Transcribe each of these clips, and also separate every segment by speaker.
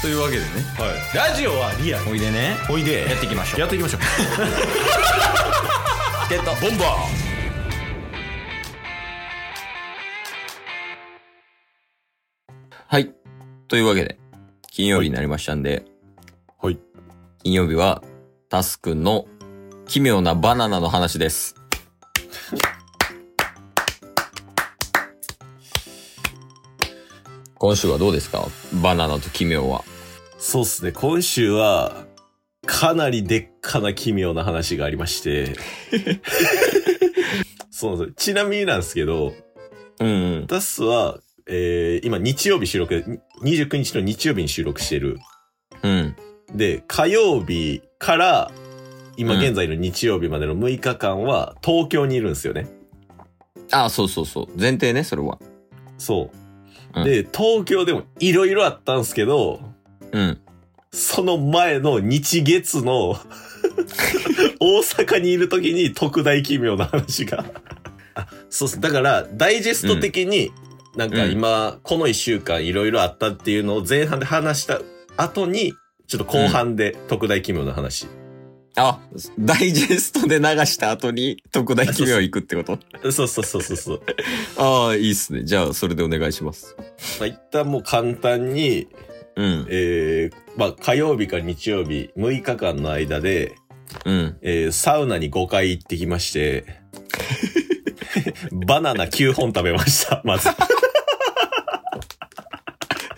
Speaker 1: というわけでね
Speaker 2: はい、ラジオはリアル
Speaker 1: おいでね
Speaker 2: おいで
Speaker 1: やっていきましょう
Speaker 2: やっていきましょう
Speaker 1: ゲット
Speaker 2: ボンバ
Speaker 1: はいというわけで金曜日になりましたんで
Speaker 2: ーはい
Speaker 1: 金曜日はタスくんの奇妙なバナナの話です今週はどうですかバナナと奇妙は
Speaker 2: そうっすね今週はかなりでっかな奇妙な話がありまして そうなんですよちなみになんですけど
Speaker 1: うんうん
Speaker 2: ダスは、えー今日曜日収録に29日の日曜日に収録してる
Speaker 1: うん
Speaker 2: で火曜日から今
Speaker 1: うん
Speaker 2: 現在の日曜日までの6日間は東京にいるんですよね、
Speaker 1: あそうそうそう前提ねそれは
Speaker 2: そう、
Speaker 1: うん
Speaker 2: で東京でもいろいろあったんですけど
Speaker 1: うん
Speaker 2: その前の日月の大阪にいる時に特大奇妙な話があそうっすだからダイジェスト的に、なんか今この1週間いろいろあったっていうのを前半で話した後にちょっと後半で特大奇妙な話、
Speaker 1: あダイジェストで流した後に特大奇妙行くってこと
Speaker 2: そうそうそうそうそう
Speaker 1: ああいいっすねじゃあそれでお願いします
Speaker 2: まあ、一旦もう簡単に、
Speaker 1: うん
Speaker 2: えーまあ、火曜日から日曜日6日間の間で、
Speaker 1: うん
Speaker 2: えーサウナに5回行ってきまして、バナナ9本食べました、 まず。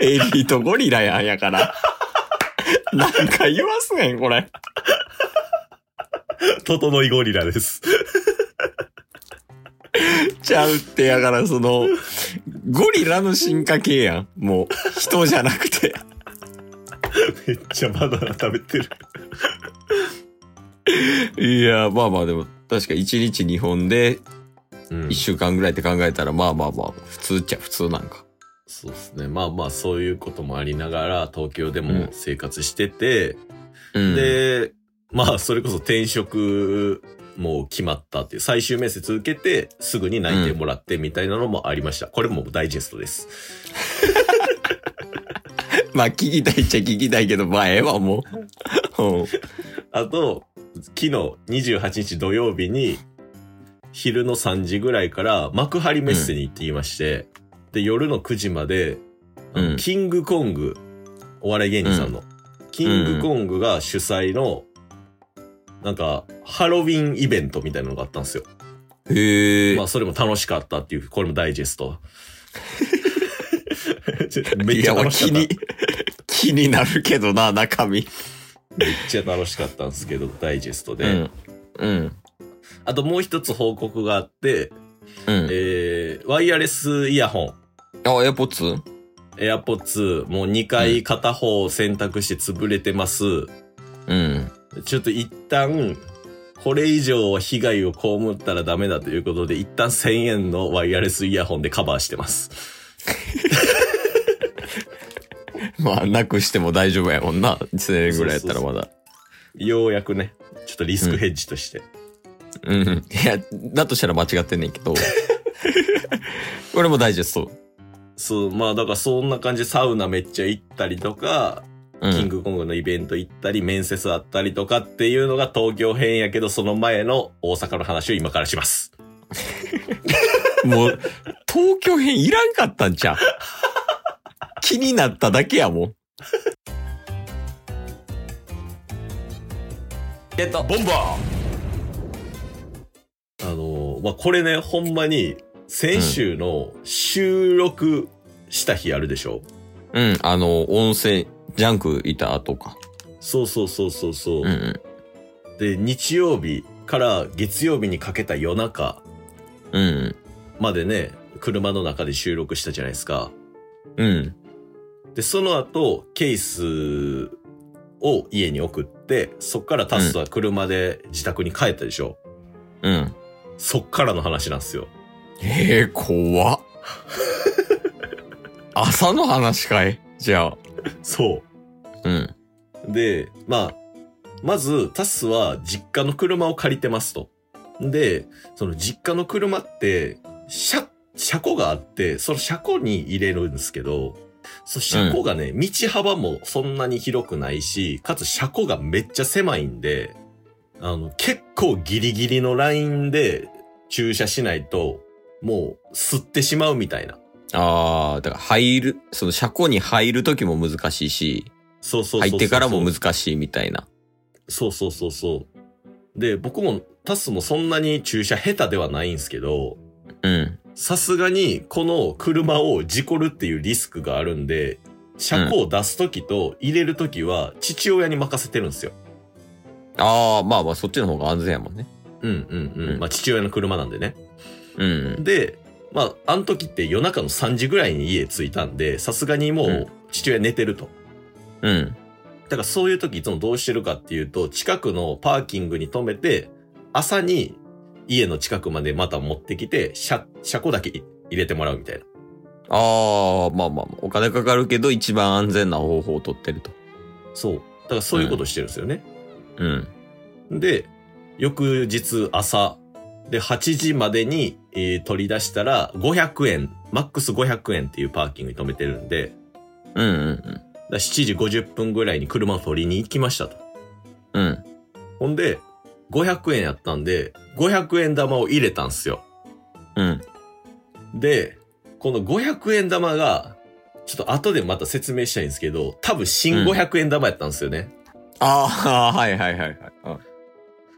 Speaker 1: エリートゴリラやんやから。なんか言わすねん、これ。
Speaker 2: 整いゴリラです。
Speaker 1: ちゃうってやから、その、ゴリラの進化系やん。もう、人じゃなくて。
Speaker 2: めっちゃバナナ食べてる。
Speaker 1: いや、まあまあでも、確か1日2本で
Speaker 2: うん
Speaker 1: 1週間ぐらいって考えたら、まあまあまあ、普通っちゃ普通なんか。
Speaker 2: そうですね。まあまあ、そういうこともありながら、東京で
Speaker 1: うん
Speaker 2: も生活してて、
Speaker 1: うん、
Speaker 2: で、まあ、それこそ転職も決まったっていう、最終面接受けて、すぐに内定もらってみたいなのもありました。これもダイジェストです。
Speaker 1: まあ聞きたいっちゃ聞きたいけど、まあええわ、もう。うん
Speaker 2: あと、昨日28日土曜日に、昼の3時ぐらいから幕張メッセに行ってきまして、で、夜の9時まで、あの
Speaker 1: うん
Speaker 2: キングコング、お笑い芸人さんの、キングコングが主催の、なんか、ハロウィンイベントみたいなのがあったんですよ。
Speaker 1: へえ、
Speaker 2: まあ、それも楽しかったっていう、これもダイジェ スト。めっ
Speaker 1: い
Speaker 2: ちゃ
Speaker 1: や、俺
Speaker 2: 楽
Speaker 1: 気
Speaker 2: しかった。めっ
Speaker 1: に、気になるけどな、中身。
Speaker 2: ちゃ楽しかったんですけど、ダイジェストで。
Speaker 1: うん。うん。
Speaker 2: あともう一つ報告があって、
Speaker 1: うん。
Speaker 2: えー、ワイヤレスイヤホ
Speaker 1: あ、エアポッツ
Speaker 2: ン、AirPods、もう2回片方選択して潰れてます。
Speaker 1: うん。
Speaker 2: ちょっと一旦、これ以上は被害を被ったらダメだということで、一旦1000円のワイヤレスイヤホンでカバーしてます。
Speaker 1: まあ、なくしても大丈夫やもんな。1000円ぐらいやったらまだ。
Speaker 2: ようやくね、ちょっとリスクヘッジとして。
Speaker 1: うん。いや、だとしたら間違ってんねんけ ど。俺もダイジェスト。
Speaker 2: そう、まあだからそんな感じでサウナめっちゃ行ったりとか、
Speaker 1: う
Speaker 2: キン
Speaker 1: ん。
Speaker 2: グコングのイベント行ったり、面接あったりとかっていうのが東京編やけど、その前の大阪の話を今からします。
Speaker 1: もう、東京編いらんかったんちゃう気になっただけやもん。えっと、ボンバ
Speaker 2: あのーまあ、これね、ほんまに、先週の収録した日あるでしょ、
Speaker 1: ーうん、あの、音声、ジャンクいた後か。
Speaker 2: そうそうそうそうそうう、
Speaker 1: んうん。
Speaker 2: で、日曜日から月曜日にかけた夜中
Speaker 1: うん
Speaker 2: までね、車の中で収録したじゃないですか。
Speaker 1: うん。うん。
Speaker 2: で、その後、ケースを家に送って、そっからタスは車で自宅に帰ったでしょ、
Speaker 1: うん。
Speaker 2: そっからの話なんですよ。
Speaker 1: ええ 怖っ。朝の話かいじゃあ。
Speaker 2: そう。
Speaker 1: うん。
Speaker 2: で、まあ、まず、タスは実家の車を借りてますと。で、その実家の車って、車、車庫があって、その車庫に入れるんですけど、そう、車庫がね、道幅もそんなに広くないし、かつ車庫がめっちゃ狭いんで、あの、結構ギリギリのラインで駐車しないと、もう吸ってしまうみたいな。
Speaker 1: ああ、だから入る、その車庫に入る時も難しいし、
Speaker 2: そうそうそうそ
Speaker 1: 入っ
Speaker 2: う。
Speaker 1: てからも難しいみたいな。
Speaker 2: そうそうそうそう。で、僕もタスもそんなに駐車下手ではないんですけど、
Speaker 1: うん。
Speaker 2: さすがにこの車を事故るっていうリスクがあるんで、車庫を出すときと入れるときは父親に任せてるんですよ。
Speaker 1: ああ、まあまあ、そっちの方が安全やもんね。
Speaker 2: うんうんう。
Speaker 1: うんん
Speaker 2: まあ父親の車なんでね。
Speaker 1: うん。
Speaker 2: で、まああの時って夜中の3時ぐらいに家着いたんで、さすがにも
Speaker 1: うん
Speaker 2: う父親寝てると。
Speaker 1: うん。
Speaker 2: だからそういう時いつもどうしてるかっていうと、近くのパーキングに止めて、朝に家の近くまでまた持ってきて、車、車庫だけ入れてもらうみたいな。
Speaker 1: ああ、まあまあ、お金かかるけど一番安全な方法を取ってると。
Speaker 2: そう。だからそういうことしてるんですよね。
Speaker 1: うん。
Speaker 2: で、翌日朝、で、8時までに、えー取り出したら、500円、マックス500円っていうパーキングに止めてるんで、
Speaker 1: うんうん
Speaker 2: だから7時50分ぐらいに車を取りに行きましたと。
Speaker 1: うん。うん。
Speaker 2: ほんで、500円やったんで、500円玉を入れたんすよ。
Speaker 1: うん。
Speaker 2: で、この500円玉が、ちょっと後でまた説明したいんですけど、多分新
Speaker 1: うん
Speaker 2: 500円玉やったんですよね。
Speaker 1: ああ、はいはいはいはい。あ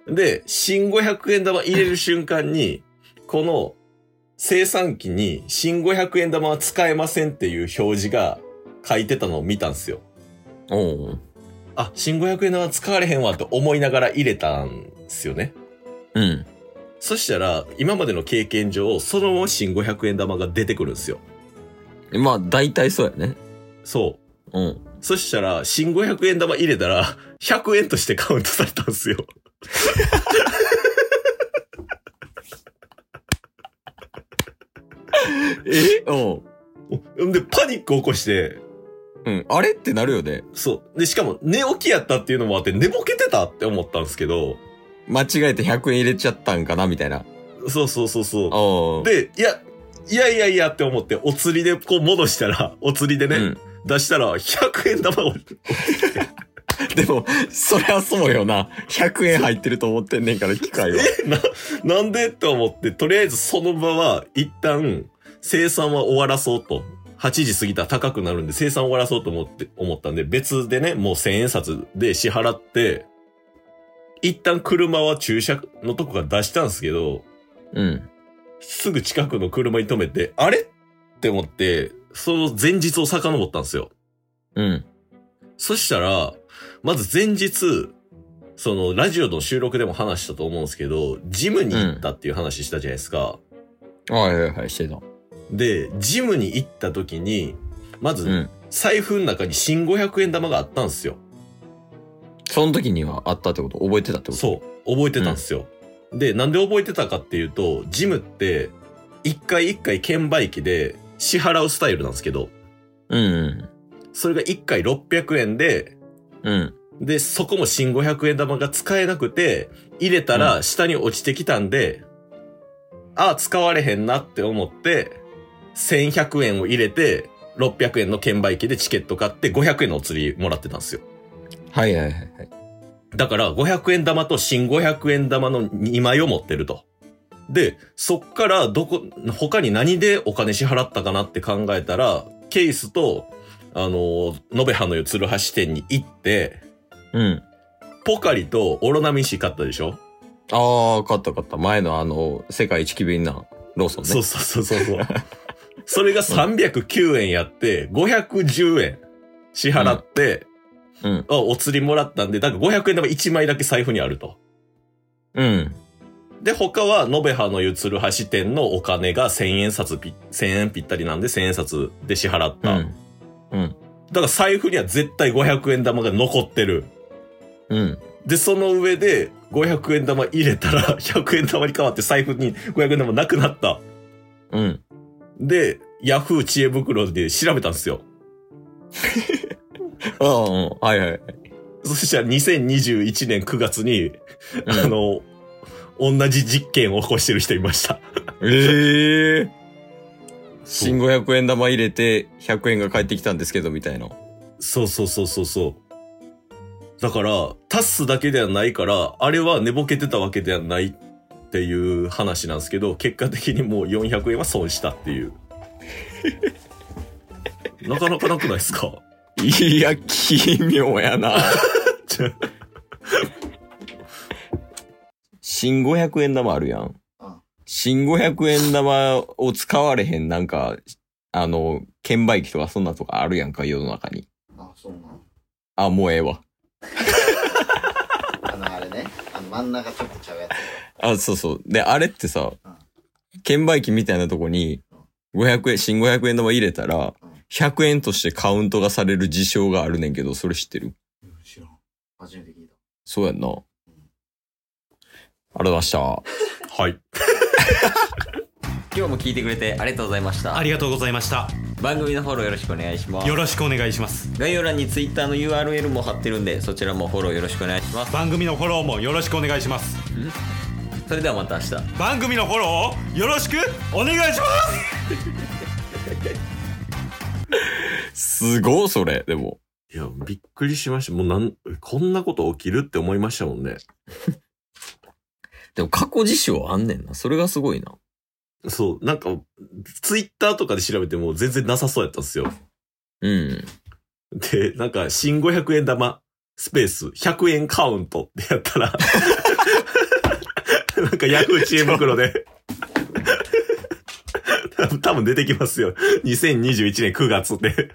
Speaker 2: で、新500円玉入れる瞬間に、この生産機に新500円玉は使えませんっていう表示が書いてたのを見たんですよ。
Speaker 1: おう。
Speaker 2: あ、新500円玉使われへんわって思いながら入れたんですよね。
Speaker 1: うん。
Speaker 2: そしたら、今までの経験上、そのまま新500円玉が出てくるんですよ。
Speaker 1: まあ、大体そうやね。
Speaker 2: そう。
Speaker 1: うん。
Speaker 2: そしたら、新500円玉入れたら、100円としてカウントされたんですよ。
Speaker 1: えおうん。
Speaker 2: んで、パニック起こして、
Speaker 1: うん。あれってなるよね。
Speaker 2: そう。で、しかも、寝起きやったっていうのもあって、寝ぼけてたって思ったんですけど、
Speaker 1: 間違えて100円入れちゃったんかなみたいな。
Speaker 2: そうそうそうそ
Speaker 1: お
Speaker 2: う。
Speaker 1: う。
Speaker 2: で、いや、いやいやいやって思って、お釣りでこう戻したら、お釣りでね、
Speaker 1: うん。
Speaker 2: 出したら、100円玉を、
Speaker 1: でも、そりゃそうよな。100円入ってると思ってんねんから、機械は。
Speaker 2: なんでって思って、とりあえずその場は、一旦、生産は終わらそうと。8時過ぎたら高くなるんで、生産終わらそうと思って、思ったんで、別でね、もう1000円札で支払って、一旦車は駐車のとこから出したんですけど、
Speaker 1: うん。
Speaker 2: すぐ近くの車に止めて、あれって思って、その前日を遡ったんですよ。
Speaker 1: うん。
Speaker 2: そしたら、まず前日、そのラジオの収録でも話したと思うんですけど、ジムに行ったっていう話したじゃないですか。
Speaker 1: はいはいはい、してた。
Speaker 2: で、ジムに行った時に、ま
Speaker 1: う
Speaker 2: ず
Speaker 1: ん。
Speaker 2: 財布の中に新500円玉があったんですよ。
Speaker 1: その時にはあったってこと覚えてたってこと
Speaker 2: そう、覚えてたんですよ。で、なんで覚えてたかっていうと、ジムって、一回一回券売機で支払うスタイルなんですけど、
Speaker 1: う。うん。
Speaker 2: それが1回600円で、
Speaker 1: うん。
Speaker 2: で、そこも新500円玉が使えなくて、入れたら下に落ちてきたんで、ああ、使われへんなって思って、1100円を入れて、600円の券売機でチケット買って500円のお釣りもらってたんですよ。
Speaker 1: はいはいはいはい。
Speaker 2: だから500円玉と新500円玉の2枚を持ってると。で、そっからどこ、他に何でお金支払ったかなって考えたら、ケースと、あの、延べ葉の湯鶴橋店に行って、
Speaker 1: うん。
Speaker 2: ポカリとオロナミン C 買ったでしょ、
Speaker 1: ああ、買った買った。前のあの、世界一機敏なローソンね。
Speaker 2: そうそうそうそうそう。それが309円やって、510円支払って、
Speaker 1: うん。
Speaker 2: あお釣りもらったんで、だから500円玉1枚だけ財布にあると。
Speaker 1: うん。
Speaker 2: で、他は、延べ葉のゆつる橋店のお金が1000円札ぴ、1000円ぴったりなんで1000円札で支払っ
Speaker 1: う
Speaker 2: た。だ
Speaker 1: ん。うん。
Speaker 2: から財布には絶対500円玉が残ってる。
Speaker 1: うん。
Speaker 2: で、その上で、500円玉入れたら、100円玉に変わって財布に500円玉なくなった。
Speaker 1: うん。
Speaker 2: で、ヤフー知恵袋で調べたんですよ。
Speaker 1: ああ、うん。はいはいはい。
Speaker 2: そしたら2021年9月に、
Speaker 1: うん
Speaker 2: あの、同じ実験を起こしてる人いました。
Speaker 1: ええ新500円玉入れて100円が返ってきたんですけど、みたいな。
Speaker 2: そうそうそうそうそう。だから、タスだけではないから、あれは寝ぼけてたわけではないっていう話なんですけど、結果的にもう400円は損したっていう。 なかなかなくないですか
Speaker 1: いや、奇妙やな。
Speaker 2: ちょ
Speaker 1: 新500円玉あるやん
Speaker 3: うん。
Speaker 1: 新500円玉を使われへん、なんか、あの、券売機とかそんなとかあるやんか、世の中に。
Speaker 3: あ、そうなの。
Speaker 1: あ、もうええわ。
Speaker 3: あの、あれね。あの、真ん中ちょっとちゃうやつ。
Speaker 1: あ、そうそう。で、あれってさ
Speaker 3: うん、
Speaker 1: 券売機みたいなとこに、500円、新500円玉入れたら
Speaker 3: うん、
Speaker 1: 100円としてカウントがされる事象があるねんけど、それ知ってる
Speaker 3: 知らん。初めて聞いた。
Speaker 1: そうやんな。ありがとうございました。
Speaker 2: はい。
Speaker 4: 今日も聞いてくれてありがとうございました
Speaker 5: ありがとうございました。
Speaker 4: 番組のフォローよろしくお願いします
Speaker 5: よろしくお願いします。
Speaker 4: 概要欄に Twitter の URL も貼ってるんでそちらもフォローよろしくお願いします
Speaker 5: 番組のフォローもよろしくお願いします。
Speaker 4: それではまた明日
Speaker 5: 番組のフォローをよろしくお願いします
Speaker 1: すごい、それ。でも。
Speaker 2: いや、びっくりしました。もうなん、こんなこと起きるって思いましたもんね。
Speaker 1: でも過去事象あんねんな。それがすごいな。
Speaker 2: そう、なんか、ツイッターとかで調べても全然なさそうやったんですよ。
Speaker 1: うん。
Speaker 2: で、なんか、新500円玉、スペース、100円カウントってやったら、 なんか、ヤフー知恵袋で、多分出てきますよ。2021年9月で、